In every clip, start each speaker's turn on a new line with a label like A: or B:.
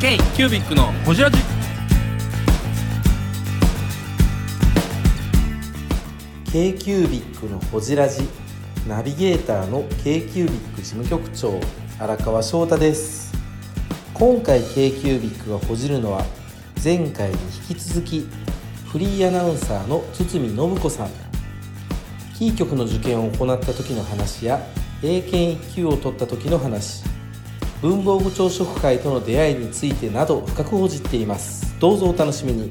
A: ケイキュービックのホジラジ
B: ケイキュービックのほじラジ。ナビゲーターのケイキュービック事務局長荒川翔太です。今回 k キュービックがほじるのは前回に引き続きフリーアナウンサーの堤信子さんキー局の受験を行った時の話や英検1級を取った時の話文房具朝食会との出会いについてなど深くほじっていますどうぞお楽しみに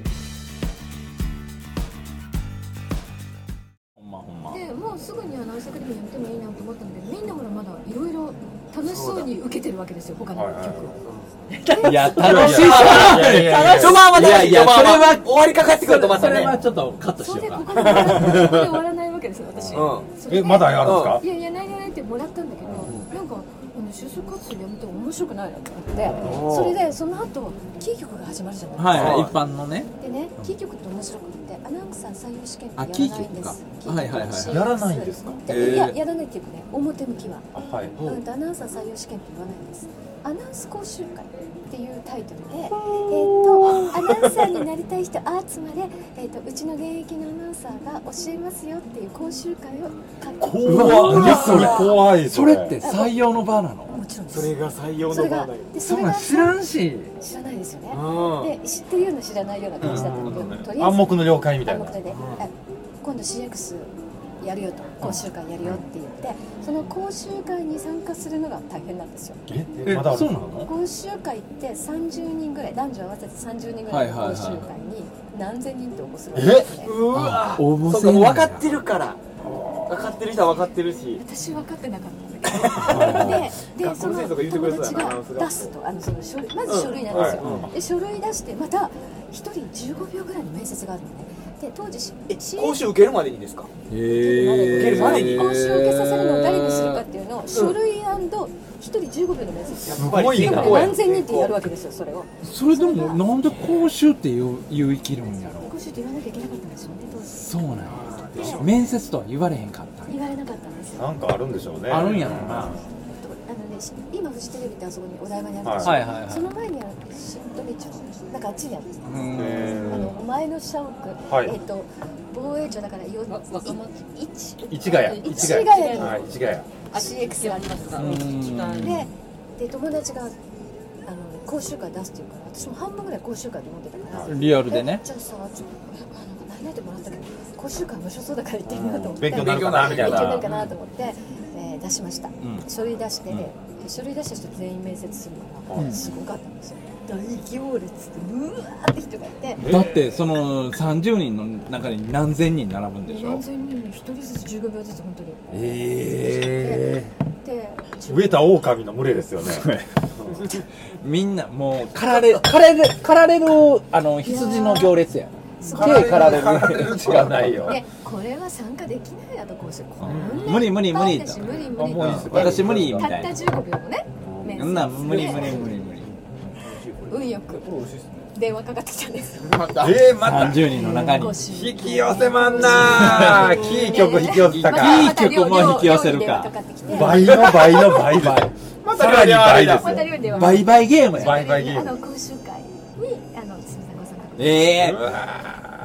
A: ほんまほんま
C: でもうすぐにアナウンサークリームやめてもいいなと思ったんでみんなほらまだいろいろ楽しそうに受けてるわけですよ他の曲
B: いや楽しそう
D: 序盤はね、
B: いやいや
D: 序盤
B: それは
D: 終わりかかってくるとまたね。
E: ちょっとカット
C: それでここで終わらないここで終わらないわけですよ私、
D: う
C: それで
F: え、まだやるんですか
C: いやいやないないないってもらったんだけど、なんかあの就職活動やめて面白くないなって
D: お
C: 思
D: ー
C: ってそれでその後キー局が始まるじゃないですか、
E: はい、はい、
D: そう
E: 一般のね。
C: でねキー局って面白くってアナウンサー採用試験ってや
E: あ
C: らないんで
E: キ
C: す
E: ー局かはいはいはい
C: キー局
F: やらないんですか
C: でいや
D: へー
C: やらないっていうかね表向きは
F: あ、はい。
C: うんとアナウンサー採用試験って言わないんですアナウンス講習会っていうタイトルで、えー、とアナウンサーになりたい人集まれ、えー、とうちの現役のアナウンサーが教えますよっていう講習会を開催
F: うわ、何それ怖い。
E: それって採用の場なの
C: もちろんです
G: それが採用
C: そ
G: の
C: れ
G: 場
C: が
G: だよ
C: でそ
E: そん
C: れ
E: なん
C: が
E: 知らんし。
C: 知らないですよね
D: ん。うん。
C: で知ってるような知らないような感じだったのでとりあえ
F: 暗
C: ず
F: 黙の了解みたい
C: 暗
F: な
C: 黙。でね、あ今度 CX やるよと講習会やるよって言ってその講習会に参加するのが大変なんですよ
F: え
E: え、
F: まだあ
E: そう
F: る
E: なの
C: 講習会って30人ぐらい男女合わせて30人ぐらいの講習会に何千人って応募するわけですね、
D: うわ
E: 応募
D: そ
E: 制
D: うか、
E: なん
D: 分
E: だ
D: かってるから。分かってる人は分かってるし。
C: 私分かってなか ったんだけどでで
G: 学
C: そ
G: 校の
C: の
G: 先生が言ってく
C: 友
G: れてた
C: 達
G: アナウンス
C: が
G: が
C: 出すとあのその書類まず書類なんですよ、で書類出してまた1人15秒ぐらいの面接があるのねで当時し
D: え、
C: し
D: 講習受けるまでにですか
C: 受
D: けるまでに
C: 講習を受けさせるのを誰にするかっていうのを書類1人15秒の面接
F: すごい
C: で
F: な。
C: もね何千人ってやるわけですよそれを
E: それでも、なんで講習って言う、言い切るんやろ
C: 講習って言わなきゃいけなかったんですよね当時
E: そうなんや。面接とは言われへんかったん
C: 言
E: や
C: われなかったんですよ
F: なんかあるんでしょうね。
E: あるんやろな。
C: あのね、し今フジテレビってあそこにお台場にあるでしょ、
E: はいはいはい
C: その前にある新富町なんかあっちにある、
F: へ
C: あの
F: ー
C: 前の社屋、
F: はい
C: えっと防衛庁だからよい一
F: 市ヶ谷。
C: 市ヶ谷に
F: はい、市ヶ谷。
C: CX がありますか
E: うん。
C: でで友達があの講習会出すっていうから私も半分ぐらい講習会と思ってたから、
E: リアルでね
C: え。じゃあさちょっとあの何々ってもらったけど講習会面白そうだから行ってみようと思って
F: 勉強になるかなみたい
C: 勉強になる
F: な
C: か。なと思って、えー出しました、書類出して、で書類出した人全員面接するから、すごかったんですよ大行列でうわーって人がいて
E: だって、その30人の中に何千人並ぶんでしょ
C: 何千人に1人ずつ15秒ずつ本当に
E: え
C: で
F: 植えた狼の群れですよね。
E: えみんな、もう、かられ、かられ、かられる、あの、羊の行列や。
C: すごい
E: 毛かられる。
F: 違わないよ。
C: でこれは参加できないやと講習こんな
E: 無理無理無理
C: いっぱいあるし無理無理
F: もういいっすよ
E: 私無理み
C: たった
E: い
C: た
E: な。
C: 15秒のね面接
E: そんなん無理無理無理無理。
C: 運よく電話かかってきたんですよ
F: えー、また。
E: 30人の中に
C: 講。習
F: 引き寄せまんなー。キー局引き寄せた
E: いい
F: か。
E: ま曲も引き寄せるか
C: また料理電話かかってきて
F: 倍の倍の倍倍。さらに倍です
C: また
F: よ。
C: 料理電話
E: バイバイゲームや。
F: 倍倍ゲ
C: あ
F: ー
C: の
F: ム。
C: 講習会にあのすみませんご参加
E: ええ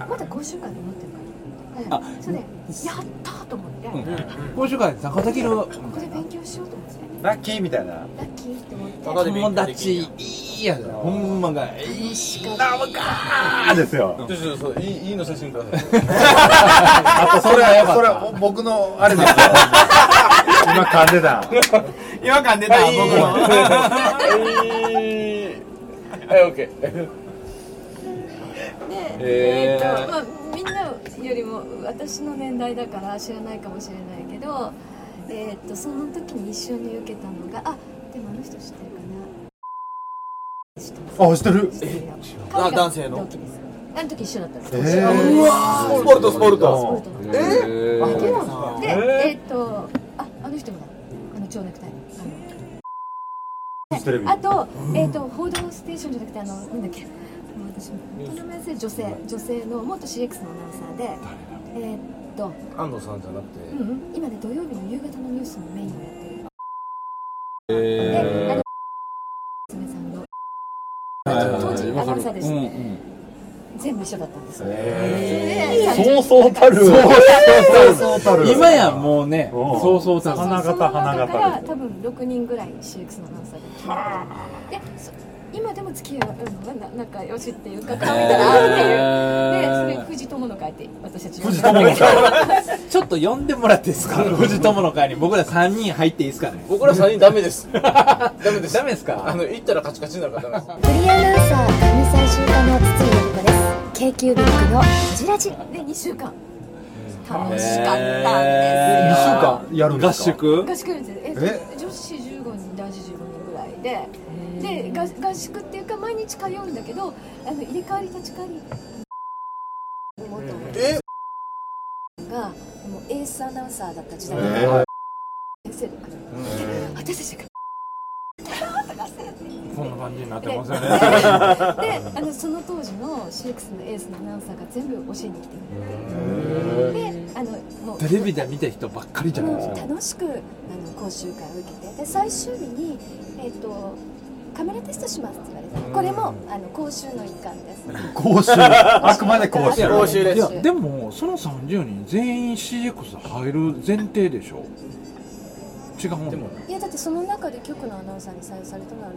C: まだ講習会と思ってるから、
E: あ
C: はい、それでやったーと思って、こ
E: 講習会参加できる
C: れ勉強しようと思って
F: ラッキーみたいな。
C: ラッキーって思って
E: 友達いいやでほんまがいい
C: 楽しかった
F: あーですよ。
A: ちょちょそういいいいの写真ください
F: あとそれは、それは僕のあれですよ。今噛んでた。
D: 違和感出た、僕も。
A: はいオッケー
C: で、
A: え
C: え
A: ー
C: ーとまあ、みんなよりも私の年代だから知らないかもしれないけど、えー、とその時に一緒に受けたのがあでもあの人知ってる
F: あ、知ってる。
C: かな知ってるよ
D: あ男性の
C: 同期ですあの時一緒だったんです
F: えー
D: うわースポルト、スポ
C: スポ
D: ル
C: ル
D: ト。
C: トの
D: えー
C: でもで、えーっ、と、あ、あの人もだ。あの蝶ネクタイ。
F: フジテレ
C: あ
F: ビ
C: の。あと、えーっ、と、報道ステーションじゃなくて、あの、なんだっけ。もう私も、この面接女性、女性の元 CX のアナウンサーで。えーっ、と、
A: 安藤さんじゃなくて
C: うんうん、今ね、土曜日の夕方のニュースのメインをやってる。えー、あの。娘さんの。アナウンサーで
H: う
C: し
H: んう
C: た
H: ん
C: 全部一緒だったんですよ
I: そうそうたる
F: そうたる
H: 今やもうね、
I: うん
H: そうそうたる
I: 花形
C: その中か
I: 花
C: ら
I: 形
C: 多分6人ぐらい CX のアナウンサーが決まってでそ今でも付き合うのがな仲良しっていうか顔見たら合うっていうでそれ藤友の会って私たち藤友の会
H: ちょっと呼んでもらっていいですか藤友の会に僕ら3人入っていいですかね
E: 僕ら3人ダメです。ダメです。
H: ダメですか
E: あの、行ったらカチカチになるからダメです。
C: フリーアナウンサー神最週間の筒井由美子です k q b ックの「ジラジ」で2週間楽しかったん
H: へー
C: ですよ
F: やるんで
H: 合
F: すか
H: 宿
C: 合宿やるんですよえ女子15人男子15人ぐらいでで合合宿っていうか毎日通うんだけどあの入れ替わり立ち替わり元
E: え
C: がもうエースアナウンサーだった時代
F: え
C: の先生とかで私たちが「とかして
H: こんな感じになっ
C: で
H: てますよね
C: であのその当時の CX のエースのアナウンサーが全部教えに来てくれてであのもう
H: テレビで見た人ばっかりじゃないですか
C: 楽しくあの講習会を受けてで最終日に、えっとカメラテストしますって言われてこれもあの講習の一環です
F: 講習 あくまで講
C: い
F: 習
C: や
D: 講習です
H: いやでもその30人全員 CX 入る前提でしょ違うもんでも
C: いやだってその中で局のアナウンサーに採用されたのは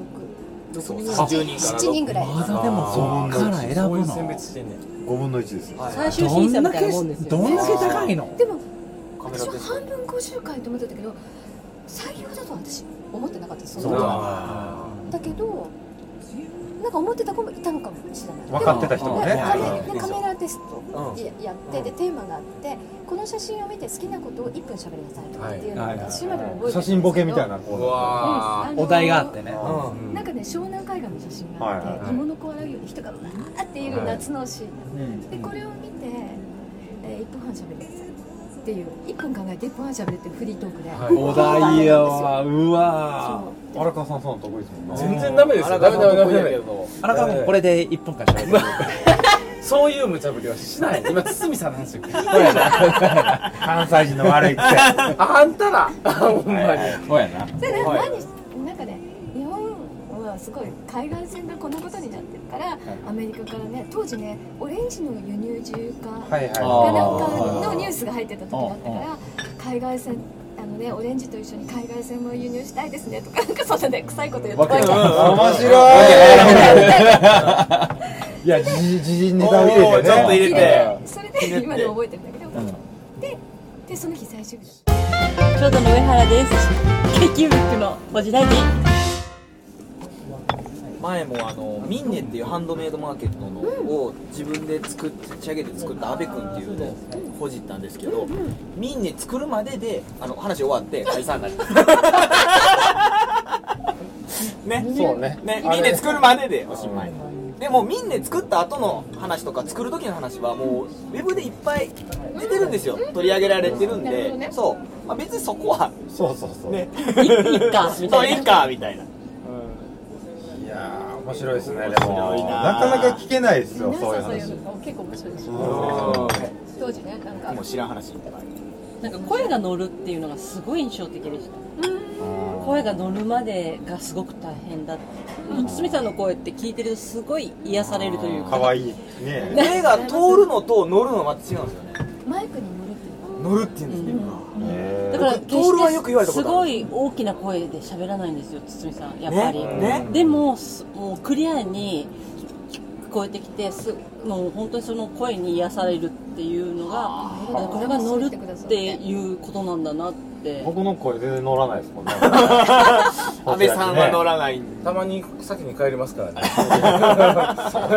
C: 6
E: そう、
H: 30
E: 30人から。
C: 7人ぐらい
H: まだでもそっから選
E: そう
H: ぶ
E: いう選別
H: の
E: してんねん。
F: 五分の一です
I: 最終
H: ど
I: 審査
H: ん
I: み
H: だけ
I: たいなもんですよ
H: どん
I: ね
H: だけ高いの
C: でも
D: カメラ
C: 私は
D: テス
C: 半分講習会と思ってたけど採用だとは私思ってなかったですそ
E: そう
C: の時
E: だ。
C: だけどなんか思ってた子もいたのかもしれない
F: 分かってた人も
C: で
F: ね
C: カメでカメラテスト
D: うん
C: ややって、でテーマがあってこの写真を見て好きなことを1分喋りなさいとかっていうのを
H: はい
C: 私今でも覚えてるんですけど
F: 写真ボケみたいな
E: う
F: こ
E: わ
C: あのー
H: お題があってね
D: トうん
C: なんかね湘南海岸の写真があって、
F: はいはいはい
C: 着物を洗うように人がわーっている夏のシーン、でこれを見て、えー、1分半喋りなさいっていう1分考えて1分半喋るっていうフリートークで、
E: はい
H: お題やわうわ
C: そう
F: う荒川さんそうなの得意ですもん
E: ー
F: ね
E: 全然ダメですよ。ダメダメダメダメ。
H: 荒川君これで1分間しゃべ
E: そういう無茶ぶりはしない。今、堤さんなんですよ。
F: 関西人の悪い癖
E: あんたら、ほんまに。
H: そうやな
C: でなんか毎日なんかね日本はすごい海岸線がこのことになってるから、アメリカからね当時ねオレンジの輸入自由化が
F: はい
H: あ
F: は
H: ー
C: なんかのニュースが入ってた時だったから海外線あのねオレンジと一緒に海外線も輸入したいですねとかなんかそんなね臭いこと言ってたわけ
F: い面白いいや時事ネタを入れてね
D: おーちょっと入れて
C: それで今でも覚えてるんだけど、ででその日最終日だった
I: ちょうどの上原ですケーキウィックのポジラジ
D: 前もあのミンネっていうハンドメイドマーケットのを自分で作って仕上げて作った阿部君っていうのをほじったんですけどミンネ作るまでであの話終わって解散に なるね
F: そうね
D: ねミンネ作るまででおしまいでもミンネ作った後の話とか作る時の話はもうウェブでいっぱい出てるんですよ取り上げられてるん
C: なるほ
D: で
C: どね
D: そう、まあ、別にそこは
F: そうそうそう
D: ね
I: いっかみ
D: そ
I: た
D: れい
I: い
D: い
I: な
D: かみたいない
F: やー面白いですねでも
D: 面白いな
F: なかなか聞けないですよ
C: 皆
F: そういう
C: さんそうい
F: 話
C: うの結構面白いです
D: う
C: 当時ねなんか
D: んもう知らん話いっぱい
I: なんか声が乗るっていうのがすごい印象的でした声が乗るまでがすごく大変だもう堤さんの声って聞いてるとすごい癒されるというか
F: 可愛いね
D: 目が通るのと乗るのはまた違うんですよね
C: マイクに乗るっていうの
D: 乗るっていうんですね、
F: え
I: だから
D: 僕
I: 決して
D: トールはよく言われたことある
I: すごい大きな声で喋らないんですよ堤さんやっぱり、
D: ねね
I: でもすもうクリアに聞こえてきてすもう本当にその声に癒されるっていうのがあこれが乗るっていうことなんだなって
F: 僕の声全然乗らないですもんね
D: 安倍さんは乗らない
E: たまに先に帰りますからね。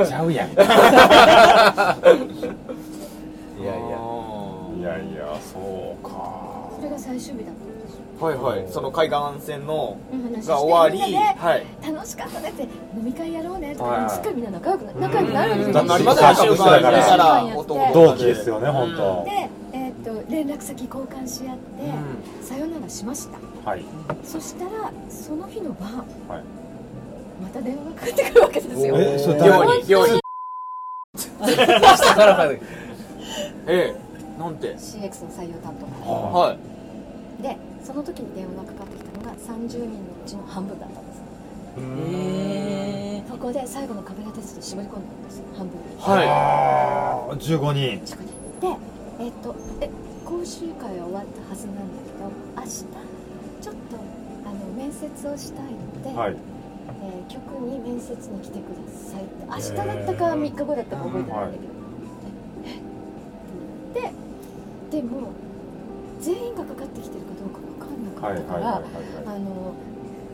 F: ちゃうやんい
E: いやいや。
F: やいやそうか
C: それが最終日だったんですよ
D: はいはいその海岸線の
C: うん話して
D: が終わり
C: みんなで
D: はい
C: 楽しかったねって飲み会やろうねと
F: は
C: か
F: い
C: すっごいみんな仲良くな仲良くなるんですよ
F: だって
D: なり
F: 今
D: ます
F: から
D: よ週間やから男
F: 同期ですよね本当
C: で、えー、と連絡先交換し合って、さよならしました
F: はい
C: そしたらその日の晩、
F: はい
C: また電話がかかってくるわけですよ
F: えそれ
D: 寮
F: 誰に
D: に寮に
E: 下から帰る。
D: ええなんて
C: CX の採用担当が
F: は
D: は
C: でその時に電話がかかってきたのが30人のうちの半分だったんです
F: い
I: へえ
C: ここで最後のカメラテスト絞り込んだんですよ半分に
E: は
F: あー15人
C: そこででえっとえ講習会は終わったはずなんだけど明日ちょっとあの面接をしたいので、
F: はい
C: えー局に面接に来てくださいって明日だったか3日後だったか覚えてないんだけど、えっででも全員がかかってきてるかどうか分かんなかったから、あの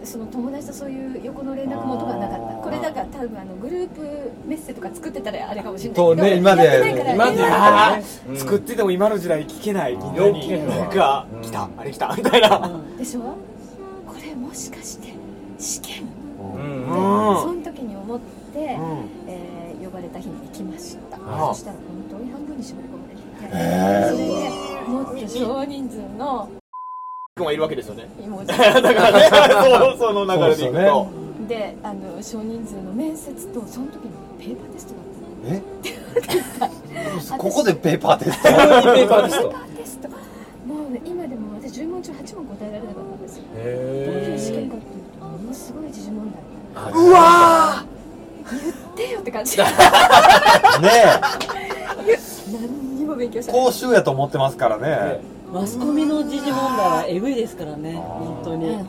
C: その友達とそういう横の連絡もとかなかった
F: あー
C: これだから多分あのグループメッセとか作ってたらあれかもしれないけ
F: と
C: ど、
F: ね今で
C: やってないから
E: 今で
C: 電話
E: あ
D: うん作ってても今の時代聞けないみんな
E: よう聞け
D: に
E: んわ
D: なんか
F: うん
D: 来たあれ来たみたいな
C: でしょこれもしかして試験、
E: い。
F: うん
E: ん
C: その時に思って、えー呼ばれた日に行きましたそしたら本当に半分に絞り込まれて、それでもっと少人数の
D: 君はいるわけですよね
C: 妹
D: だからね そうその流れでいくと
C: であの少人数の面接とその時にペーパーテストだったの
F: え ここでペーパーテ ス
E: ペ
F: ト
E: ーパーテス
C: ペー
E: ト。
C: パーテストもうね今でも私10問中8問答えられなかったんですよどういう試験
E: へ
C: かっていうとものすごい時事問題
E: うわ
C: 言ってよって感じ
F: ね
C: 何にも勉強し
F: え
C: てない
F: 講習やと思ってますからね
I: マスコミの時事問題はえぐいですからね本当
C: ね
I: に
C: 本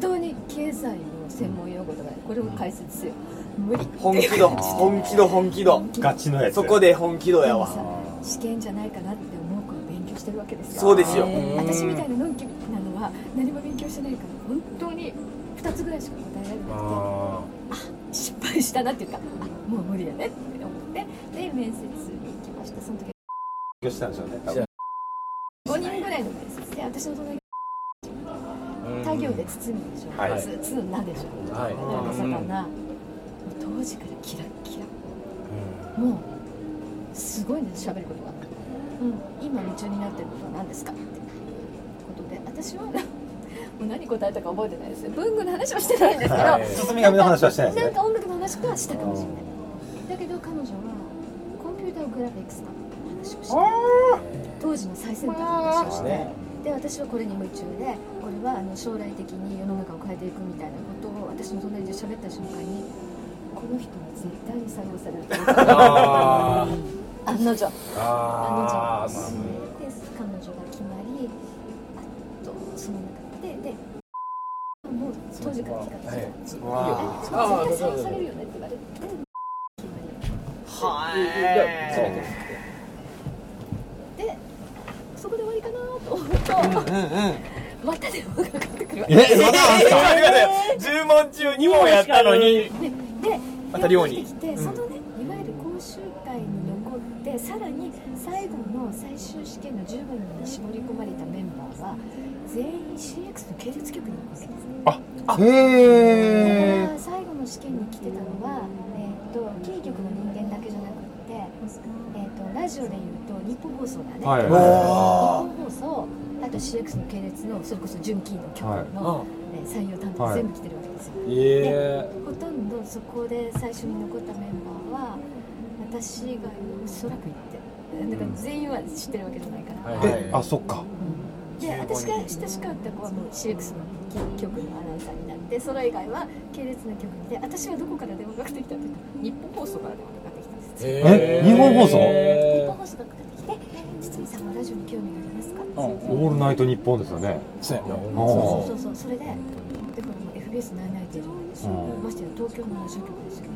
C: 当に経済の専門用語とかこれを解説せよ無理
D: 本気度本気度本気度
F: ガチのやつ
D: そこで本気度やわ
C: さ試験じゃないかなって思う子は勉強してるわけですよ
D: そうですよ
I: へー
C: 私みたいなのんきなのは何も勉強してないから本当に2つぐらいしか答えられなくて
E: あ
C: 失敗したなっていうかあもう無理やねって思ってで面接に行きましたその時
F: 勉強したんでしょうね多
E: じゃ
F: 分
C: 5人ぐらいの面接で私の隣が他行で包むでしょ、
F: はい
C: つつなでしょ
E: はい
C: お魚もう当時からキラッキラもうすごいね喋ることが、うん、今夢中になってることは何ですかってことで私は もう何答えたか覚えてないですよ文具の話はしてないんですけど、
E: はい
F: 包み紙の話はしてないで
C: な
F: す
C: ん
F: ね
C: か音楽の話とはしたかもしれないだけど彼女はコンピューターグラフィックスの話をして当時の最先端の話をして、
E: ね
C: で私はこれに夢中でこれはあの将来的に世の中を変えていくみたいなことを私の隣で喋った瞬間にこの人は絶対に採用されると思って
E: あ
C: 案の定
E: ーあ
C: あ
E: ー
C: で彼女が決まりあとその中ででもう当時から聞かれて
E: そうう
F: わー
C: 絶
E: あー
C: 対採用されるよねって言われて決まり
D: はい
C: でそこで終わりかなと思うと、また電話がかかってくるわけで
F: えまだあんすか
D: 10問中2問やったのに
C: で
D: また寮に
C: やってきてそのねいわゆる講習会に残ってさらに最後の最終試験の10人に絞り込まれたメンバーは全員 CX の系列局に行くわけです
F: へ
C: だから最後の試験に来てたのは、えー、とキー局の人間だけじゃなくって、えー、とラジオでいうと日本放送だね、
F: はい
C: 日
F: お
C: 本放送あと CX の系列のそれこそ純金の局の、えー採用担当
F: はい
C: 全部来てるわけですよ、
E: いえ
C: ほとんどそこで最初に残ったメンバーは私以外はおそらく行ってるだから全員は知ってるわけじゃないから、
E: はい
F: えあそっか
C: で私が親しかった子はもう CX の局のアナウンサーになってそれ以外は系列の局で私はどこから電話がかかってきたっていうか日本放送から電話がかかってきたんですよ
F: え日本放送
C: 日
E: え
C: 本放送がかかってきて「堤さんはラジオに興味がありますか?」
F: オールナイトニッポンですよね
E: そうやな
F: あ
C: そう
F: ー
C: そうそうそうそれでだからもう FBS ないないっていう
F: うん
C: ましてや東京のラジオ局ですよね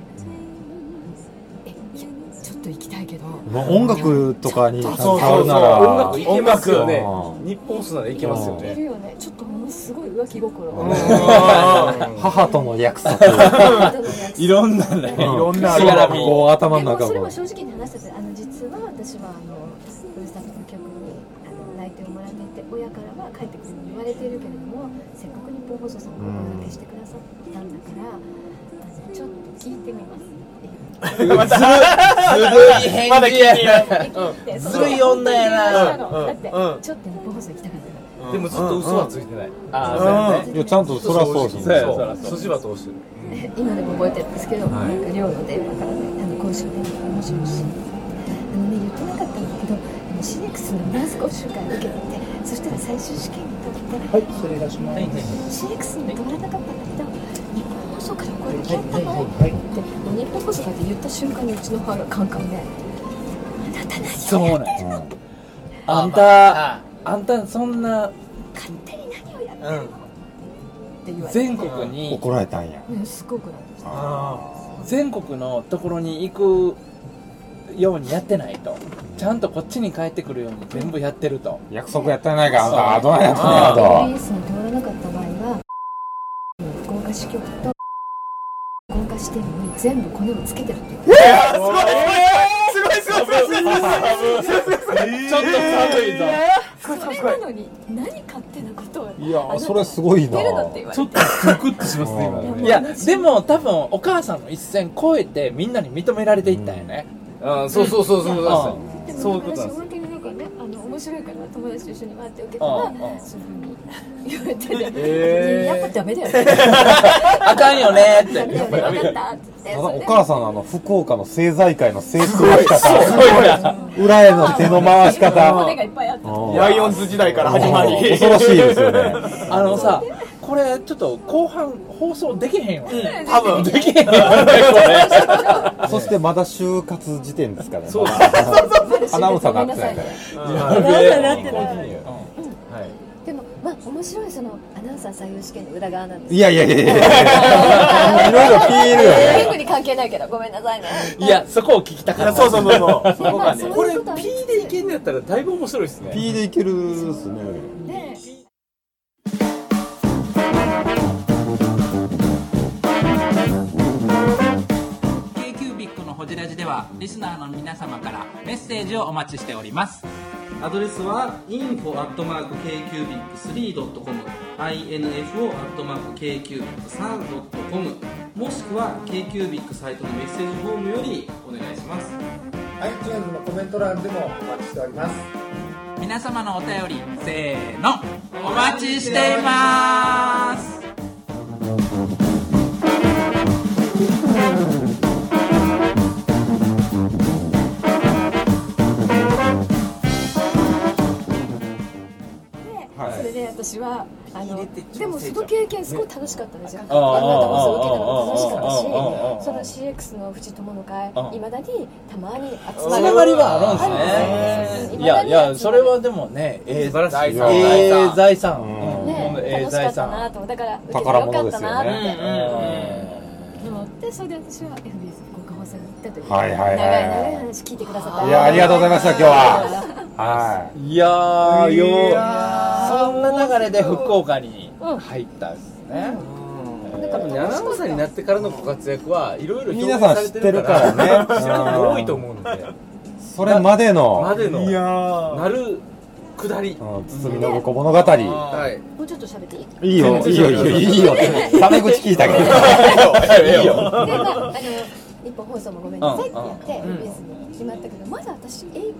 C: えいやちょっと行きたいけど
F: まあ音楽とかに携
E: そう
F: わ
E: そ
F: る
E: う
F: な
E: そう
F: ら
E: 音楽いけますよね
F: う
E: 日本放送ならいけますよ
C: い
E: ね
C: るよねちょっとものすごい浮気心
F: ん母との 約束
C: いろんな
E: ねいろんな
F: そう
E: 絡み
F: こう頭
C: で
F: の
C: も
F: 中
C: それ
F: も
C: も正直に話しててあの実は私はあのふるさとの曲にあの内定をもらっていて親からは帰ってくるように言われているけれどもせっかく日本放送さんがお声掛けしてくださったんだからあのちょっと聞いてみますって言
D: また
E: ずるい
D: まだ聞いてない
C: って
E: ずるい女やな
C: だって
D: うんうん
C: ちょっと日本放送行きたかったから
E: でもずっと嘘はついてないあ
D: そうや
F: いやちゃんとそらそうです
E: そうや
F: ね
E: そうや筋は通してる
C: 今でも覚えてるんですけど、なんか寮の電話からね、あの講習電話面白いし、あのね、言ってなかったんだけど、あの CX のナース講習会を受けてて、そしたら最終試験に取って、はい、それがします。CX に通らなかったんだけど、日本放放送からこれ消えたのってもう日本放送だって言った瞬間にうちの母がカンカンで「あなた何
E: そうなんですあんたあんたそんな
C: 勝手に何をやってる
D: うん
C: って言われて
E: 全国に
B: 怒られたんや
C: うんすごくないです
E: 全国のところに行くようにやってないとちゃんとこっちに帰ってくるように全部やってると
B: 約束やったんやないかあんたあどうやったんやと
C: BS に通らなかった場合は福岡支局と福岡支店に全部骨をつけてるっていう
E: ちょっと寒いぞ
C: それなのに何勝手なことを
B: いやーそれすごいな
C: 出るのって言われ
E: ちょ
C: て
E: っとククッとしますね今ねいやでも多分お母さんの一線超えてみんなに認められていったんよね
D: うんそうそうそうそうそう
E: あ
C: で
E: そういう
C: も
E: ことなん
C: 話
E: です
C: 本当になんかねあの面白いから友達と一緒に回って受けた
E: あ
C: ら
E: あ
C: そういうふうに言われて
E: へ
C: て
E: え
C: やっぱダメだよね
E: あかんよねって
C: ダメだよね分かったって言って
B: ただ
C: それ
B: お
C: で
B: 母さんのあの福岡の政財界の制服の仕方裏への手の回し
C: 骨
B: 方
C: がいっぱいあって
D: ライオンズ時代から始まり
B: 恐ろしいですよ ね
E: あのさこれちょっと後半放送できへんわ
D: 多分
E: できへんわ
B: そしてまだ就活時点ですからね
E: そうで
B: アナウンサーがやってないか
I: だからなってない
C: でもまあ面白いそのアナウンサー採用試験の裏側なんです
B: いやいやいやいやいろいろ聞いるよ
C: ピン
B: ね
C: クに関係ないけどごめんなさいね
E: いやそこを聞きたかった
D: そうそうそうそう
C: でまあそう
E: こ
C: い
E: れ
C: うことあり
E: P でいけんのやったらだいぶ面白いですね
B: P でいけるっすね
C: で
J: アドレスは info.kcubic3.com info.kcubic3.com もしくは KQBIC サイトのメッセージフォームよりお願いします
F: iTunes のコメント欄でもお待ちしております
J: 皆様のお便りせーのお待ちしています
C: それで私はあのでもその経験すごい楽しかったんですよ。あ
E: ああ
C: なたもすごい受けたの楽しかったし
E: ああああ、
C: その CX の藤友の会
E: ああ
C: いまだにたまに集
E: つ
C: まる。
E: ながりはあるんですねいやいやそれはでもねええ財産ええ財産
B: うん
E: うん
C: ね
E: ええ
C: 楽しか
E: 財
C: ったな
E: 産
C: と思うだから受けてよ
B: 宝
C: か
B: 物
C: っ
B: で
C: た
B: すよ
C: なっ
B: ね
C: て思ってそれで私は FBS 福岡放送に行ったという長
B: はいいはいはい
C: 長い話聞いてくださった。
B: いやありがとうございました今日ははい
E: いやーよそんな流れで福岡に入ったんですね
C: だから
E: アナウンサーになってからのご活躍はいろいろ
B: 皆さん知ってるからね
E: 知らない人多いと思うんで
B: それまでの
E: までの
B: いやー
E: なる下り
B: うん包みの子物語
D: はい
C: もうちょっと喋っていい？で
B: いいよいいよいいよいいよってタメ口聞いたけど
C: まああの日本放送もごめんなさいってやって FBS に決まったけどまだ私 AK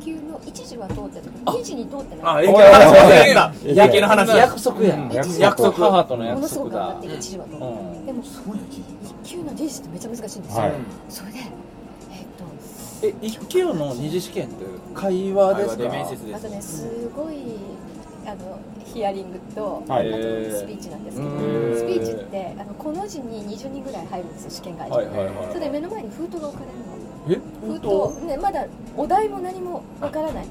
C: 一級の一時は通ってたけど二時に通ってない。
B: おいおいおい
E: 野球の話約束や
C: 一時は
E: 約
C: 通って
E: 束母との
C: もの
E: 約
C: すご
E: 束
C: く頑張
E: だ
C: って一時は通ってた。
E: うん
C: でも一級の理事ってめっちゃ難しいんですよ、
B: はい
C: それでえっと
E: え一級の二次試験って会話ですか
D: 会話で面接
C: あとねすごいあのヒアリングと、
B: はい
C: あとスピーチなんですけど、
E: ー
C: スピーチってあのこの字に20人ぐらい入るんですよ試験会場
E: はい
C: に、
E: はいはい
C: それで目の前に封筒が置か
E: え
C: れるの封筒、ね、まだお題も何もわからない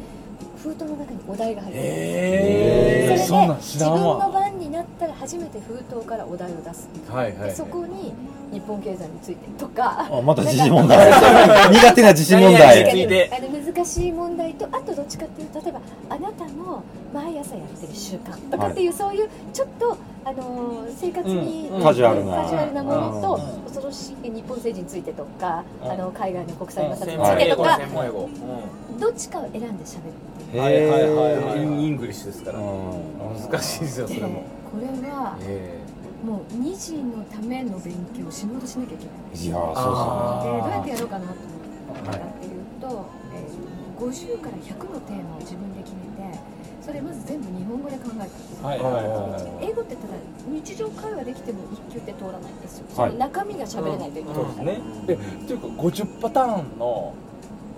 C: 封筒の中にお題が入ってる、
E: えー、
C: それ
E: そん
C: で
E: なん知
C: 自
E: ら
C: 分
E: ん
C: の
E: わ
C: 番になったら初めて封筒からお題を出す、
E: はいは
C: でそこに日本経済についてとか
B: あまた自信問題 苦手な自信問
D: 何々
B: 題
D: について
C: あの難しい問題とあとどっちかっていうと例えばあなたの毎朝やってる習慣とかっていう、そういうちょっと、あのー生活に、
E: うん
B: カジュアルな
C: カジュアルなものと、
E: うん
C: 恐ろしい日本政治についてとか、
E: うん
C: あの海外の国際摩擦
D: 専
C: につ
D: 門
C: いて
D: 英
C: と
D: 語
C: か、
D: 専門英語
C: どっちかを選んでしゃべる
E: はいはいはいはい
B: へ
E: イングリッシュですか
B: ー
E: ら
B: うん
E: 難しいですよそれも
C: これはもう2時のための勉強を死ぬほどしなきゃいけない
B: いやーそう
C: でどうやってやろうかなと思ったかっていうと、えー50から100のテーマを自分で決めてそれまず全部日本語で考えたんですよ
E: はいはいはい
C: 英語ってただ日常会話できても一級って通らないんですよ、
B: はい
C: その中身が喋れないといけない、
E: ねえというか50パターンの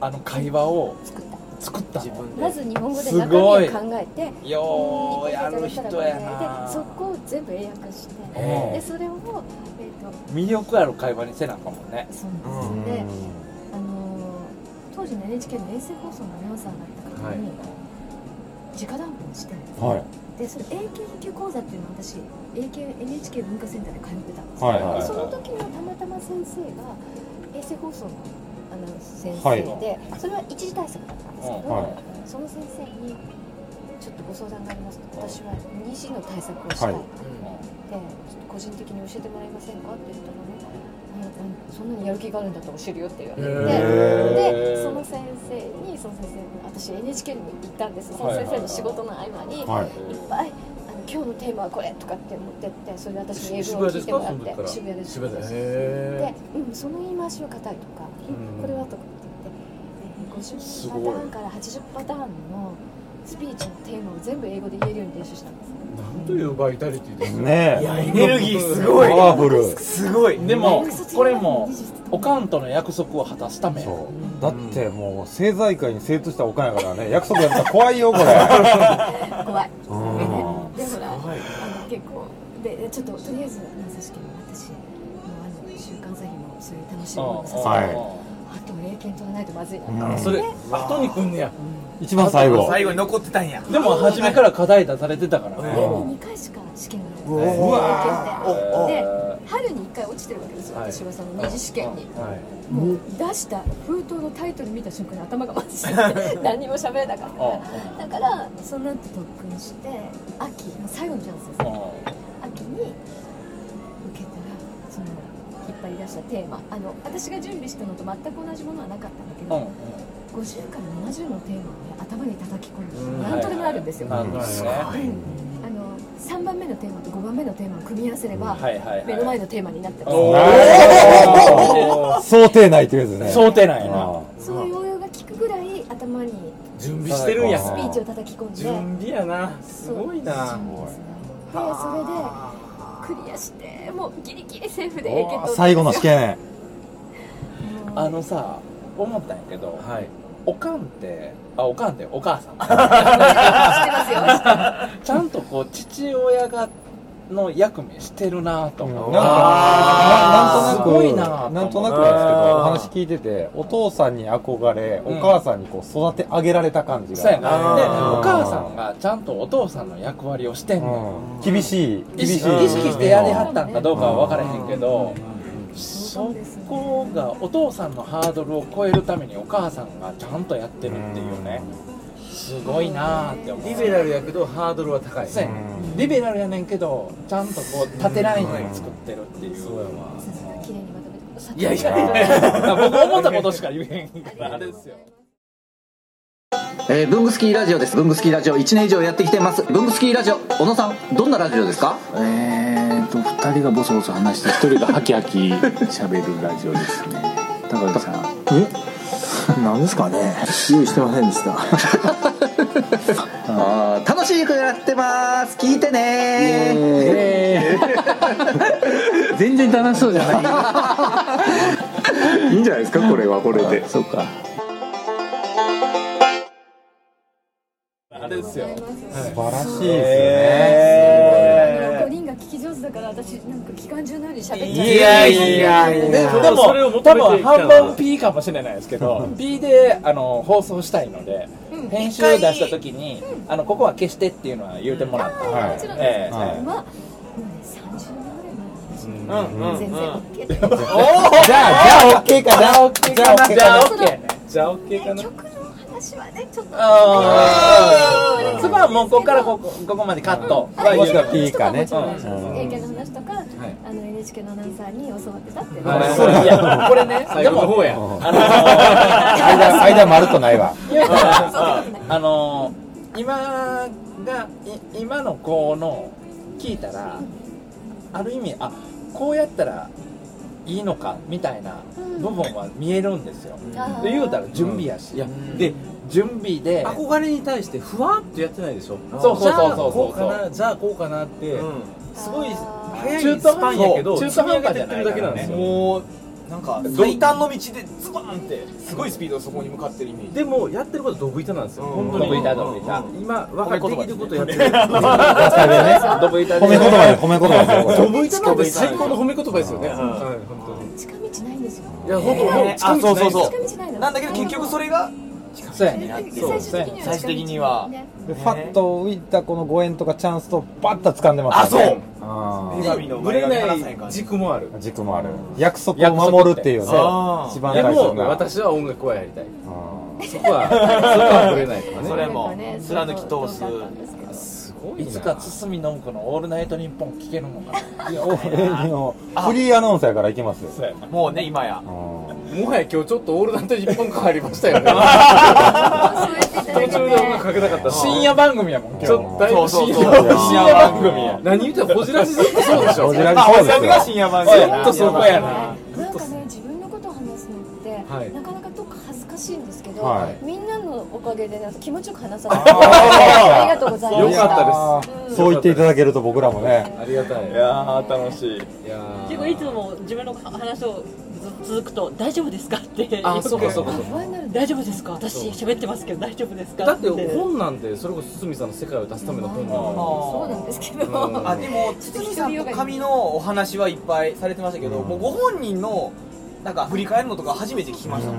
E: あの会話を
C: 作った
E: 作った
D: 自
E: の
D: 分
C: ま
D: で
C: ず日本語で中身
E: すごい
C: を考えて
E: ようやる人や
C: で
E: な
C: そこを全部英訳して
E: うん
C: でそれを、えー、と
E: 魅力ある会話にせなあかんもんね
C: そうなんですで、あのー当時の NHK の衛星放送のアナウンサーだった方に、直談判してるんです、
B: はい
C: でそれ英検普及講座っていうのを私英検 NHK 文化センターで通ってたんですよ、
B: はいはいはい
C: でその時のたまたま先生が衛星放送のあの先生
B: はい
C: で、それは一時対策だったんですけど、
E: うん
B: はい
C: その先生にちょっとご相談がありますと私は二次の対策をしたい、
B: はい
C: でちょっと個人的に教えてもらえませんかって言ったらねうんうんそんなにやる気があるんだったら教えるよって言われて、
E: へー
C: でその先生にその先生私 NHK にも行ったんですその先生の仕事の合間に、い
B: はい
C: っぱいあの今日のテーマはこれとかって持ってってそれで私に英文を
F: 渋
C: 聞
F: 谷で
C: い
F: す
C: ても
F: からそ
C: っ
F: の時か
C: て
F: ら
C: 渋谷です
F: 渋谷で
C: で
F: へ、
C: うん、その言い回しは硬いとか、うんこれはとかって言って50パターンから80パターンのスピーチのテーマを全部英語で言えるように練習したんです
F: えなんというバイタリティですね
B: ね
D: いや
B: え
D: エネルギーす
B: パ
D: ごい
B: ワフル
D: すごい
E: でもこれもお
C: ん
E: かんとの約束を果たすため
B: そうだってもう政財界に生徒したお金やからね約束やったら怖いよこれ
C: 怖い
B: うん
C: でほらあの結構でちょっととりあえず何さしけも私もうあの週刊朝日もそういう楽しみもさせて
B: はい
C: あと英検取らないとまずいなと
B: うん
E: それ後に来んねや
B: 一番最後
D: 最後に残ってたんや
E: でも初めから課題出されてたから
C: 年
E: ね
C: に2回しか試験がないんですよ
B: う
C: 英検でで春に1回落ちてるわけですよ私はその二次試験にもう出した封筒のタイトル見た瞬間に頭が回して 何にも喋れなかったからだからその後特訓して秋の最後のチャンスです秋に受けたらその引っ張り出したテーマあの私が準備したのと全く同じものはなかったんだけど、50から70のテーマをね頭に叩き込んで、
E: うん
C: 何とでもあるんですよ、
E: なんとなくね
C: あの3番目のテーマと5番目のテーマを組み合わせれば、
E: はいはい
C: 目の
E: は
C: 前
E: い
C: のテーマになってます、
E: おー
B: 想定内というやつね
E: 想定内やな
B: あ
C: そういう応用が効くぐらい頭に
D: 準
E: 備してるんや
C: スピーチを叩き込んで
D: 備やなすごいな
C: でそれでクリアしてもうギリギリセーフで英
B: ー
C: 検
B: 最後の試験
E: あのさ思ったんやけど
D: はい
E: おかんってあおかんってお母さん
C: してますよ
E: ちゃんとこう父親がの役目してるなぁと思う、
B: なんかな
E: あー
B: んと
E: すご
B: ないく
E: な
B: なんとなくなんですけどお話聞いててお父さんに憧れお
E: うん
B: 母さんにこう育て上げられた感じ
E: そうやな
B: が、
E: で
B: あー
E: お母さんがちゃんとお父さんの役割をしてんの、
B: うん厳しい
E: 意
B: 厳しい
E: 識意識してやりはったんかどうかは分からへんけど、そこがお父さんのハードルを超えるためにお母さんがちゃんとやってるっていうね、すごいなぁって思う
D: リベラルやけどハードルは高い
E: そうやねリベラルやねんけどちゃんとこう縦ラインで作ってるっていう、
C: さすが綺麗にまとめてくださっ
E: いやいやいや僕思ったことしか言えへんからあれですよ
K: えー、ブングスキーラジオですブングスキーラジオ1年以上やってきてますブングスキーラジオ小野さんどんなラジオですかえーと2人がボソボソ話して1人がハキハキ喋るラジオですね高橋さんえなんですかね用意してませんでした あー楽しい曲やってます聞いてね全然楽しそうじゃないいいんじゃないですかこれはこれでそうか
E: あれですよ
B: 素晴らしいですよね、
C: 5人が聞き上手だから私なんか期間中のように喋っちゃう
E: いやいやいやでも多分半分 P かもしれないですけど P であの放送したいので編集出した時にあのここは消してっていうのは言うてもらった
B: はい
C: もちろん
E: え
C: で
E: え
C: す、
B: はい
C: まあもうね30年ぐらい前の話
D: うんうんうん
C: 全然 OK で
B: じゃあじゃあ OK かなじゃあ OK
E: じゃあ
B: か
E: OK ねじゃあ OK か
C: で曲の話はねちょっと
E: ああそこはもうここからここここまでカットは
B: もし
E: 言
B: くは
E: う
B: P かね
C: もちろんもちろん
B: うん
C: 英検の話とか、あの NHK のアナウンサーに教わってたっていうの
E: あ
C: は
E: れいやこれねでも
B: 間間丸とないわ
E: あのー今がい今の子の聞いたらある意味あこうやったらいいのかみたいな
C: うん
E: 部分は見えるんですよ、
C: あー
E: で言うたら準備やし、で準備で
D: 憧れに対してふわっとやってないでしょ
E: そうそうそうそう
D: こ
E: そう
D: かなじゃあこうかなって
E: うん
D: すごい
C: あー
D: 早いスパンやけど
E: 中途
D: 積み
E: 半
D: 上
E: 端
D: げ
E: じゃ
D: てって
E: ない
D: る
E: か
D: だ
E: らね
D: けなんですよもうなんか
L: ど
D: 最短の道でズバーンってすごいスピードでそこに向かってるイメージ
L: でもやってることドブ板なんですよ、
D: ん
L: 本当に
D: ドブ板ドブ板
L: 今分かるできることやってる
D: 褒め言葉
L: ドブ板
B: 褒め言葉で褒め言葉ですよこれ
L: ドブ板なんて最高の褒め言葉ですよね、
B: うん
L: はい本
C: 近道ないんですよ
L: 当にいや本当本当
D: あそうそうそう
C: 近道ないの
D: なんだけど結局それが
E: そうや
D: ね
C: 最終的には
D: 最終的には
B: でファッと浮いたこのご縁とかチャンスとバッと掴んでますよねあ
L: 当にぶれない軸もある
B: ー軸もある約束を守るっていうね
L: そう
B: 一番
L: で
B: 大
L: も
B: 切な
L: 私は音楽はやりたいそこはそこはぶれないからね
D: それも貫き通す
E: すごいいつか堤信子の「オールナイトニッポン」聞けるのかないや
B: おえのフリーアナウンサーやから行きますよ
D: もうね今や
L: もはや今日ちょっとオールナイト日本変わりました よね途中で音楽かけたかった
E: 深夜番組やもん
L: ちょっとだいぶ深夜
E: そうそうそう
L: 深夜番組や何言ってんのホジラジずっとそうでしょ
B: ホジラジそうですよ
L: ホジラジが深夜番組やなずっとそこやな
C: なんかね自分のことを話すのって、
L: はい
C: なかなかどっか恥ずかしいんですけど、
B: はい
C: みんなのおかげでなんか気持ちよく話させてありがとうございました
B: かったですそう言っていただけると僕らもね
L: ありがたいい
B: や
L: ー楽しいいやー
I: 結構いつも自分の話をず続くと大丈夫ですかって
L: あ
I: よく
L: そうかそうかそうか
C: 不安になる
I: 大丈夫ですか私喋ってますけど大丈夫ですか
L: だって本なんでそれこそ堤さんの世界を出すための本なの
C: そうなんですけど、
L: うん
D: あでも堤さんと紙のお話はいっぱいされてましたけど、もうご本人のなんか振り返るのとか初めて聞きました
L: ん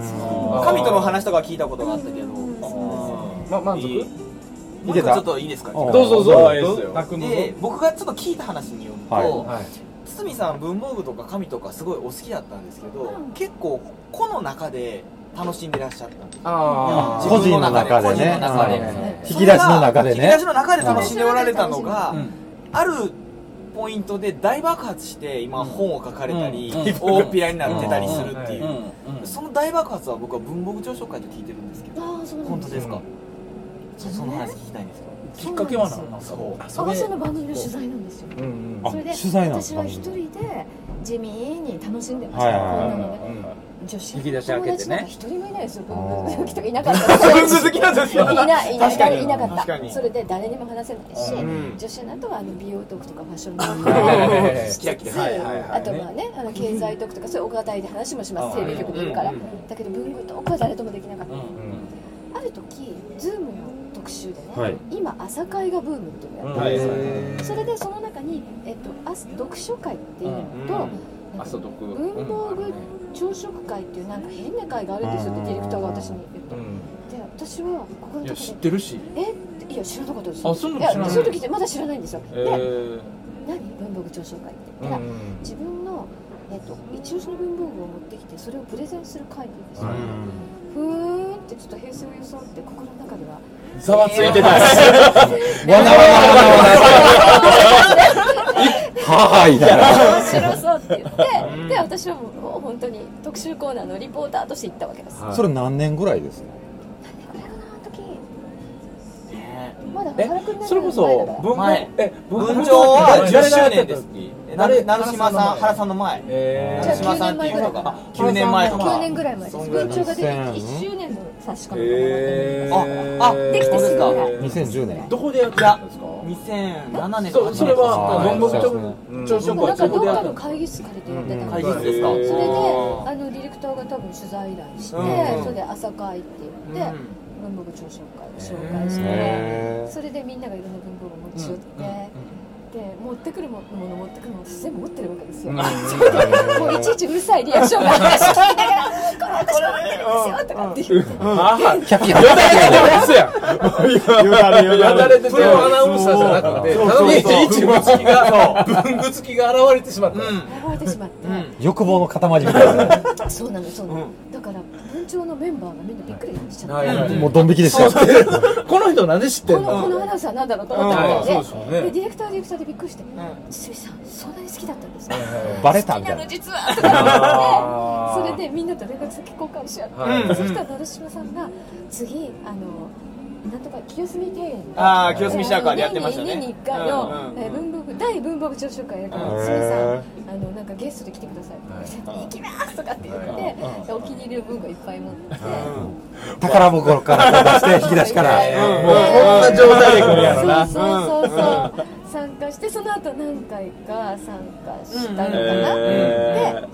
D: 紙との話とかは聞いたことがあったけど、
L: ま満足
D: もう一個ちょっといいですか
L: どうぞどうぞあいいですよ
D: で僕がちょっと聞いた話によると、
L: はい
D: 堤さん文房具とか紙とかすごいお好きだったんですけど、結構個の中で楽しんでらっしゃった
L: あ
B: 個人の中でね
D: 個人の中で
B: うん引き出しの中でね
D: それが引き出しの中で楽しんでおられたのが、あるポイントで大爆発して今本を書かれたり、
L: うんうん
D: 大っぴらになってたりするっていう、
L: うん
D: その大爆発は僕は文房具上昇会と聞いてるんですけど、
C: ああそうなん
D: 本
C: で
D: 当
C: す
D: ですか、そその話聞きたいんですよきっか
C: け
L: は何なん
D: そう
C: あその番組の取材なんですよ、
L: うん
B: あ
C: それで
B: 取材なんです
C: 私
B: か
C: は一人で地味に楽しんでまし
B: はい
C: た、
B: は
C: こん
B: い
C: な
B: はい
C: ので女子
L: 引き出し開けてね
C: 友達なんか一人もいないですよ文具好きとかいなかった
D: 文具好きなんですよ
C: いないいない
D: 確かに
C: いなかった
D: 確かに
C: それで誰にも話せないし、
D: うん
C: 女子アナとはあの美容トークとかファッショント
L: はい
C: ーク
D: 好きだ好きだはいはいはい
C: あとまあねあの経済トークとかそういうお堅いで話もしますテレビ局にいるから、
L: うんうん
C: だけど文具トークは誰ともできなかった、
L: うん
C: ある時ズームの特集でね、
B: はい
C: 今朝会がブームっていうのをやってるんですよ、それでその中に、えっと、あす読書会っていうのと、
L: あそう毒
C: 文房具朝食会っていうなんか変な会があるんですよってディレクターが私に言って、で私はここの
L: い
C: と
L: や
C: こ
L: 知っ
C: で
L: てるし
C: えっていや知らなかったです
L: あそうなの
C: いや
L: 知らない
C: そういう時ってまだ知らないんですよ、
L: え
C: で
L: ー
C: 何文房具朝食会って言ったら、自分の、えっと、一押しの文房具を持ってきてそれをプレゼンする会なんですよ、ふーんってちょっと平成を装って心の中では
L: ざわついてた
B: わなわなわなわなはいみたいな
C: 面白そうって言ってで私はもう本当に特集コーナーのリポーターとして行ったわけです、
B: それ何年ぐらいですか
C: これかなあの時
D: ね
C: まだ
E: え
C: 原君
E: それこそ文豪
D: 前
E: え
D: 文鳥は10周年ですえな
E: 誰
D: る
E: がや
D: 成
E: ってた時
D: 島さん原さんの前
E: え
D: 成
E: ー
D: 島さんっていう人が9年前とか
C: 9年ぐらい前です文鳥が出て1周年の確かの
E: えー
D: ああ
C: できてすぐぐらい
B: 2010年
L: どこでやってたんですか
D: 2007年と
L: そ
D: か
L: うそれは
B: あー
L: 文房具
B: そうですね
L: 長朝
C: で
L: 食
C: もな
L: は
C: んか
L: そこ
C: どっ
L: でやっ
C: か
L: た
C: の会議室借りて呼んでたん
D: 会
C: で
D: 議
C: す
D: 室ですか
L: えー
C: それで
D: あー
C: あのディレクターが多分取材依頼して、
D: うん
C: それで朝会って言って、文房具朝食会を紹介して、
B: へー
C: それでみんながいろんな文房具を持ち寄って、で持ってくるもの持ってくるもの全部持ってるわけですよ、 それでもういちいちうるさいリアクションが私聞いながら「これ私持ってるんですよ」とかって言って。
B: よだれよ
L: やられててプロアナウンサーじゃなくて
B: そう
L: ただのいちいち文具付きが文具付きが現れてしまった
C: 覚えてしまって、
B: 欲望の塊みたいな
C: そうなのそうなの、だから文鳥のメンバーがみんなびっくりしちゃって、
L: はいはい
B: もうドン引きでした
E: この人なんで知って
C: こ
E: んの
C: のこのアナウンサーなんだろうと思った
L: うん
C: わけで,、
L: はいそうですよね
C: でディレクターはディレクターでびっくりして「堤、さんそんなに好きだったんですか?」
B: バレたみたい
C: 好
B: な
C: きの実は」とか言ってそれでみんなと連絡先交換し合って、
L: はい
C: そしたら成島さんが次あのなんとか清澄庭園で
D: あー清澄白河でやってましたね
C: 年に1回の、
D: うんうんうん
C: えー文房具大文房具朝食会やるから
B: うん
C: 堤さ
B: へ
C: んあのなんかゲストで来てください」行きます!」とかって言ってでお気に入りの文具をいっぱい持って。
B: 宝箱から出して引き出しから
C: うん
B: もう
E: こんな状態で来るやろな
C: そうそうそうそう参加してその後何回か参加したのかな、
E: え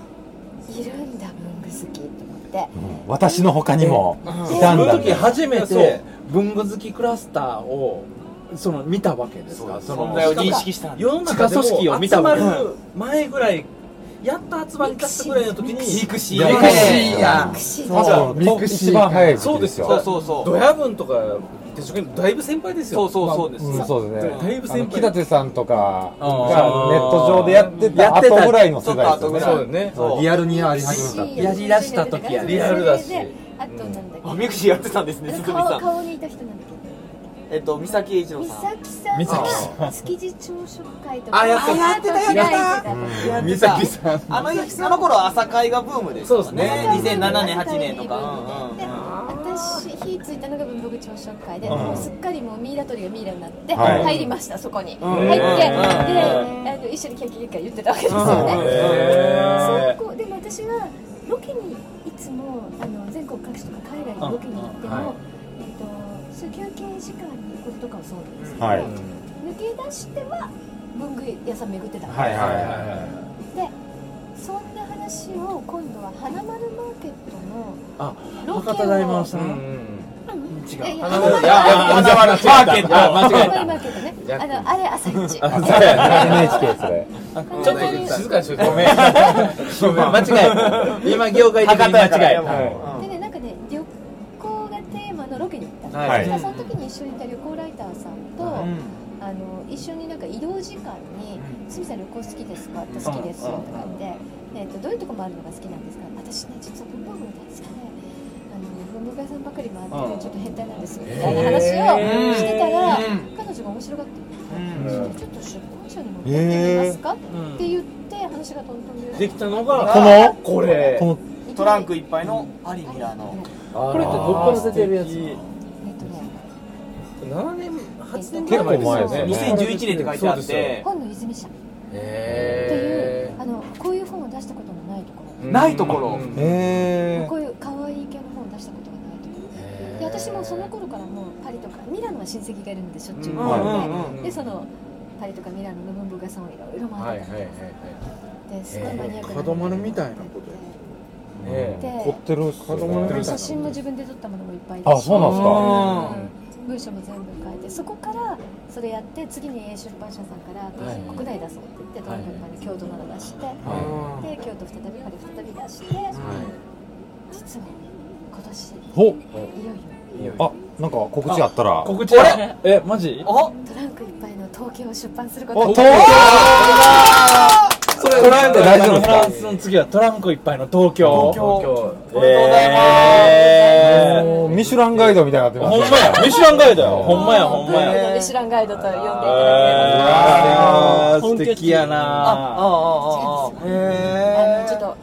C: でいるんだ文具好きと思って
B: 私の他にもいた
E: そ
B: ん
E: の
B: だ
E: 時初め
B: そう
E: て文具好きクラスターをその見たわけですかその
L: 存在を認識したんだ
E: 世の中でも
L: 地下組織を見
E: 集
L: た
E: ま
L: わけ
E: る前ぐらいやっと集まりだしたぐらいの時にミク
L: シィミクシィやそうミクシィ一番早い時期
E: そう
L: で
E: ですす
L: よそ
E: よ
L: うそうそう
E: ドヤ文とか手帳券だいぶ先輩ですよ
L: そうそうそうです
E: まあ
B: うんそうですね。
E: だいぶ
B: あの
E: 先
B: 木
E: 輩
B: 立さんとかがネ
E: うん
B: ット上でやってた後ぐらいの世代です
L: ちょっと
B: よね。
L: 後ぐらいそう
B: リアルにやり始めた。
E: やりだした時や
L: リアルだし
C: それであとなんだっけ、
L: あミクシィやってたんですね鈴木さ
C: 顔
L: ん
C: 顔にいた人なんだっけ
L: えっと三崎栄一郎
C: 美
L: さん
C: 咲さん
L: 美咲さ
C: は築地朝食会とか
L: あやってた
C: あと開いてた
L: やって
F: 美
L: た
F: 咲さん
L: あのあの頃朝会がブームですそうです
F: ね
L: 2007年8年とか
C: で私火ついたのが文房具朝食会で、
L: うん
C: もうすっかりもうミイラ取りがミイラになって、
L: はい
C: 入りましたそこ
L: う
C: に、
L: ん
C: 入って、で、
L: うん
C: あの一緒にキャッキャッキャッキャ言ってたわけですよね、
L: うんへー
C: そこでも私はロケにいつもあの全国各地とか海外にロケに行っ
L: う
C: ても、
L: んはい
C: えっとそう休憩時間に行くこととかはそうなんですけど、
L: はい
C: 抜け出しては文具屋さん巡ってたわ
L: は
C: け
L: い
C: ですよ、
L: はいはい
C: でそんな話を今度は花丸マーケットの
E: あ
C: ロケを
E: 博多大丸さん
C: 違う
E: 花丸いや花丸マーケット
C: 花
E: 間違え
C: 丸
E: た
C: マーケットねあのあれ朝一
E: あそうやね NHK それ
L: ちょっと静かにしといてごめんごめん間違えた今業界的に間違えた
C: でねなんかね旅行がテーマのロケに行った、
L: はい
C: そしたらその時に一緒にいた旅行ライターさんと、あの一緒になんか移動時間に「鷲見さん旅行好きですか?」って「好きですよ」とか言って、えっと「どういうとこ回るのが好きなんですか?」私ね実は文房具が大好きで。あの文房具屋さんばかり回って
L: うん
C: てちょっと変態なんですみたいな話をしてたら
L: へ
C: 彼女が面白がって
L: うん
C: 「それちょっと出版社に持ってってみますか?」って言って話がトントンで
E: できたのが
L: この
E: これ
L: こ
E: こ
L: トランクいっぱいのアリミラの
E: れってどっから出てるやつ
L: 7年8年
E: ぐらい前ですよね
L: 2011年って書いてあっ
E: そうで
L: て
C: 本の泉社ってい
L: へ
C: うあのこういう本を出したことのないところ
L: えないところ
B: へ
C: こういう可愛い系の本を出したことがないとかで私もその頃からもうパリとかミラノは親戚がいるのでしょっちゅう行って、
L: うんうんうん
C: でそのパリとかミラノの文房具屋さんをいろいろ回ってた、ですごいマニアックな
E: 角丸みたいなこと
C: で
B: 凝ってるっすよね
C: 写真も自分で撮ったものもいっぱい
B: あそうなん
C: ですか、うん文章も全部変えてそこからそれやって次に出版社さんから
L: はい
C: 国内出そうって言ってどんどんパリ京都なら出して、
L: は
C: で京都再びパリ再び出して、実は今年
B: ほっ
C: いよいよ
B: あ、なんか告知あったら。
E: 告知あえマジ
C: トランクいっぱいの統計を出版すること
E: お
C: に
E: 東京
C: それ
E: トランク大丈夫フランスの次はトランクいっぱいの東京東京
B: おめでとうございます。もうミシュランガイドみたいになってま
E: ほ
B: す。
E: んまやミシュランガイドよほんまやほんまや
C: ミシュランガイドと呼んでいただいて
E: あー素敵やな
C: あああのちょっとあの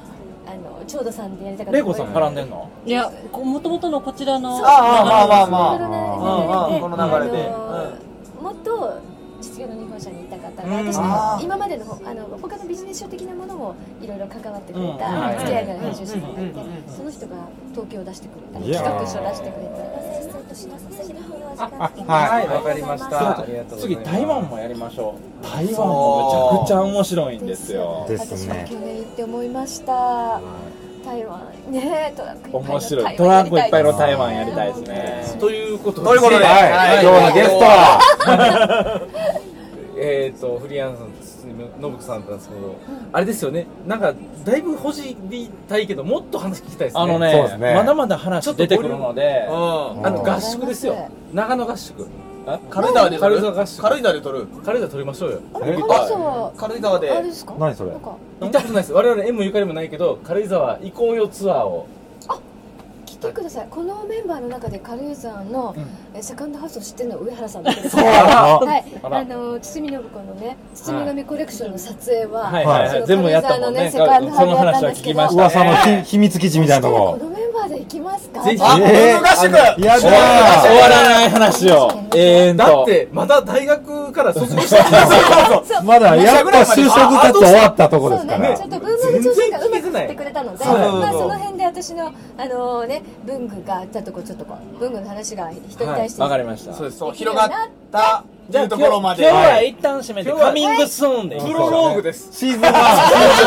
C: 長田さんでやりたかった
E: レイコさん絡んでんの
I: いやもともとのこちらの
C: そうああまあまあまあ
E: ああああこの流れで
C: もっと実業の日本社にいた方が
L: うん
C: 私
L: あ
C: の
L: ー
C: 今までのあの他のビジネス書的なものもいろいろ関わってくれ
L: うん
C: た付き合いがある編集者さんが
L: う
C: い
L: ん
C: てその人が東京を出してくれた
L: いやー
C: り企画書を出してくれたり
E: はい
L: わかりましたありがとうござい
E: 次
L: ます
E: 台湾もやりましょう台湾もめちゃくちゃ面白いんですよ
C: 私も去年行って思いました台湾ねえトランクいっぱいの
E: 面白い
C: 台
E: ト
C: 湾
E: ラ
C: や
E: ン
C: り
E: クい
C: た
E: っぱいの台湾やりたいですねということ
L: ということではい
E: 今日のゲストは
L: えっとフリーアンさん信子さんなんですけどあれですよねなんかだいぶほじりたいけどもっと話聞きたいですね
E: あのねまだまだ話出てくるので
L: あの合宿ですよ長野合宿
E: 軽井沢で撮
L: 軽
E: る
L: 井沢合宿軽井沢で撮る軽井沢撮りましょうよ
C: 軽井沢
L: 軽井沢で
C: あれですか
B: 何それ
C: なんか
L: 行ったことないです我々縁もゆかりもないけど軽井沢行こうよツアーを
C: 来てくださいこのメンバーの中で軽井沢の、えセカンドハウスを知ってるのは上原さんだけで す
L: そうなの
C: はい
L: あら
C: あの堤信子のね堤神コレクションの撮影は、
E: はいはいはい
C: その
E: 全部やったもんね
C: 軽井沢のねセ
E: そ
C: カンド
E: の
C: ハウスやったん
E: 話は
C: です
E: 聞
C: け
E: き
C: ど
E: ました
B: 噂のひ秘密基地みたいなとこ
C: こ。のメンバーで行きますか
L: ぜひ
C: あ
B: えー
L: 合宿
B: やだー
L: 終わらない
E: 終わらない話を永遠と
L: だってまだ大学から卒業したんですよ
B: まだやっと就職活動終わったとこですから。
C: ちょっと文房具調査がうまく振ってくれたので
B: そうそうそう
C: まあ、その辺で私私のあのね文具があったとこちょっとこう文具の話が人に対して、
B: わかりました。
C: そうです
B: そう
C: 広が
B: った。じゃあ
C: ところまで
B: 今日今日は一旦締めて
E: 今日は
B: カミングスーンで。
E: プロローグです。
B: シーズン
E: ワシーズン
B: ン。シーズン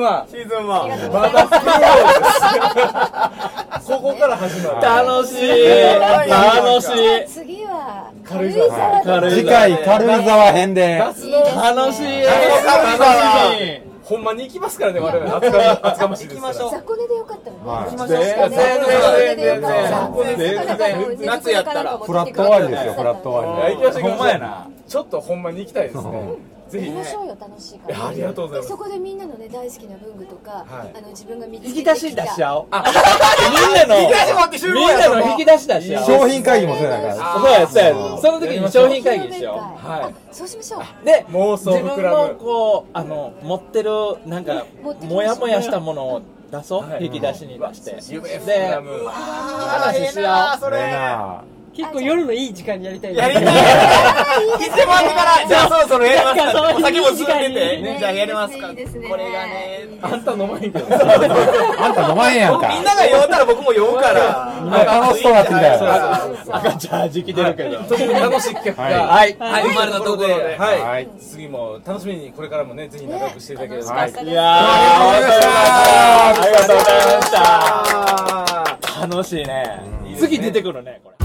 E: 1。シーズン1。まだプロローグです。ここから始まる。
B: 楽しい楽しい
C: 次は
E: 軽井
C: 沢
F: 次回軽井沢編で
E: 夏の
B: 楽しい
E: 楽しいほんまに行きますからね我々厚か厚かましいですから
C: 雑魚寝でよかったよね、
E: はい
C: 行
E: 全
C: き
E: 然全然全然
C: 全然
E: 夏やったら
F: フラット終わりですよフラット終わり
E: 行きましょう
F: ほんまや
E: なちょっとほんまに行きたいですねぜひ
C: 行きま
E: ね
C: しょうよ楽しいから、
E: いやありがとうございます
C: でそこでみんなのね大好きな文具とか、
E: はい
C: あの自分が見つけ
B: 引
C: て
B: き
C: きた
B: 出し出し合おう。みんなの、
E: 引き出し持って集合
B: みん
E: や
B: なの引き出し出し合おう。
F: 商品会議もせなあかん
B: そうや、そうや。その時に商品会議しよう。
C: はいそうしましょう
B: で、
E: 妄想
B: 自
E: 膨
B: 分
E: ら
B: の
E: む
B: こう、あの、持ってる、なんか、もやもやしたものを出そう。引き出しに出して。で、話し合 おう。
I: 結構夜のいい時間にやりたい
B: やり
E: たい
I: い
E: つもあってからじゃあそろそろやりますかお酒も進んでて
I: ね
E: じゃあやりますか
C: これがね
E: あんた飲まへんけど
F: あんた飲まへんやんか
E: みんなが酔ったら僕も酔うから
F: みんな楽しそうなってきたよ
E: 赤ちゃんじきてるけどとても楽しい企画が
B: はいはい
E: 生まれたところで
F: はい
E: はい次も楽しみにこれからもねぜひ仲良くしていただければ
B: 楽しかったですいやー本当にありがとうございました楽しいね。次出てくるね、これ。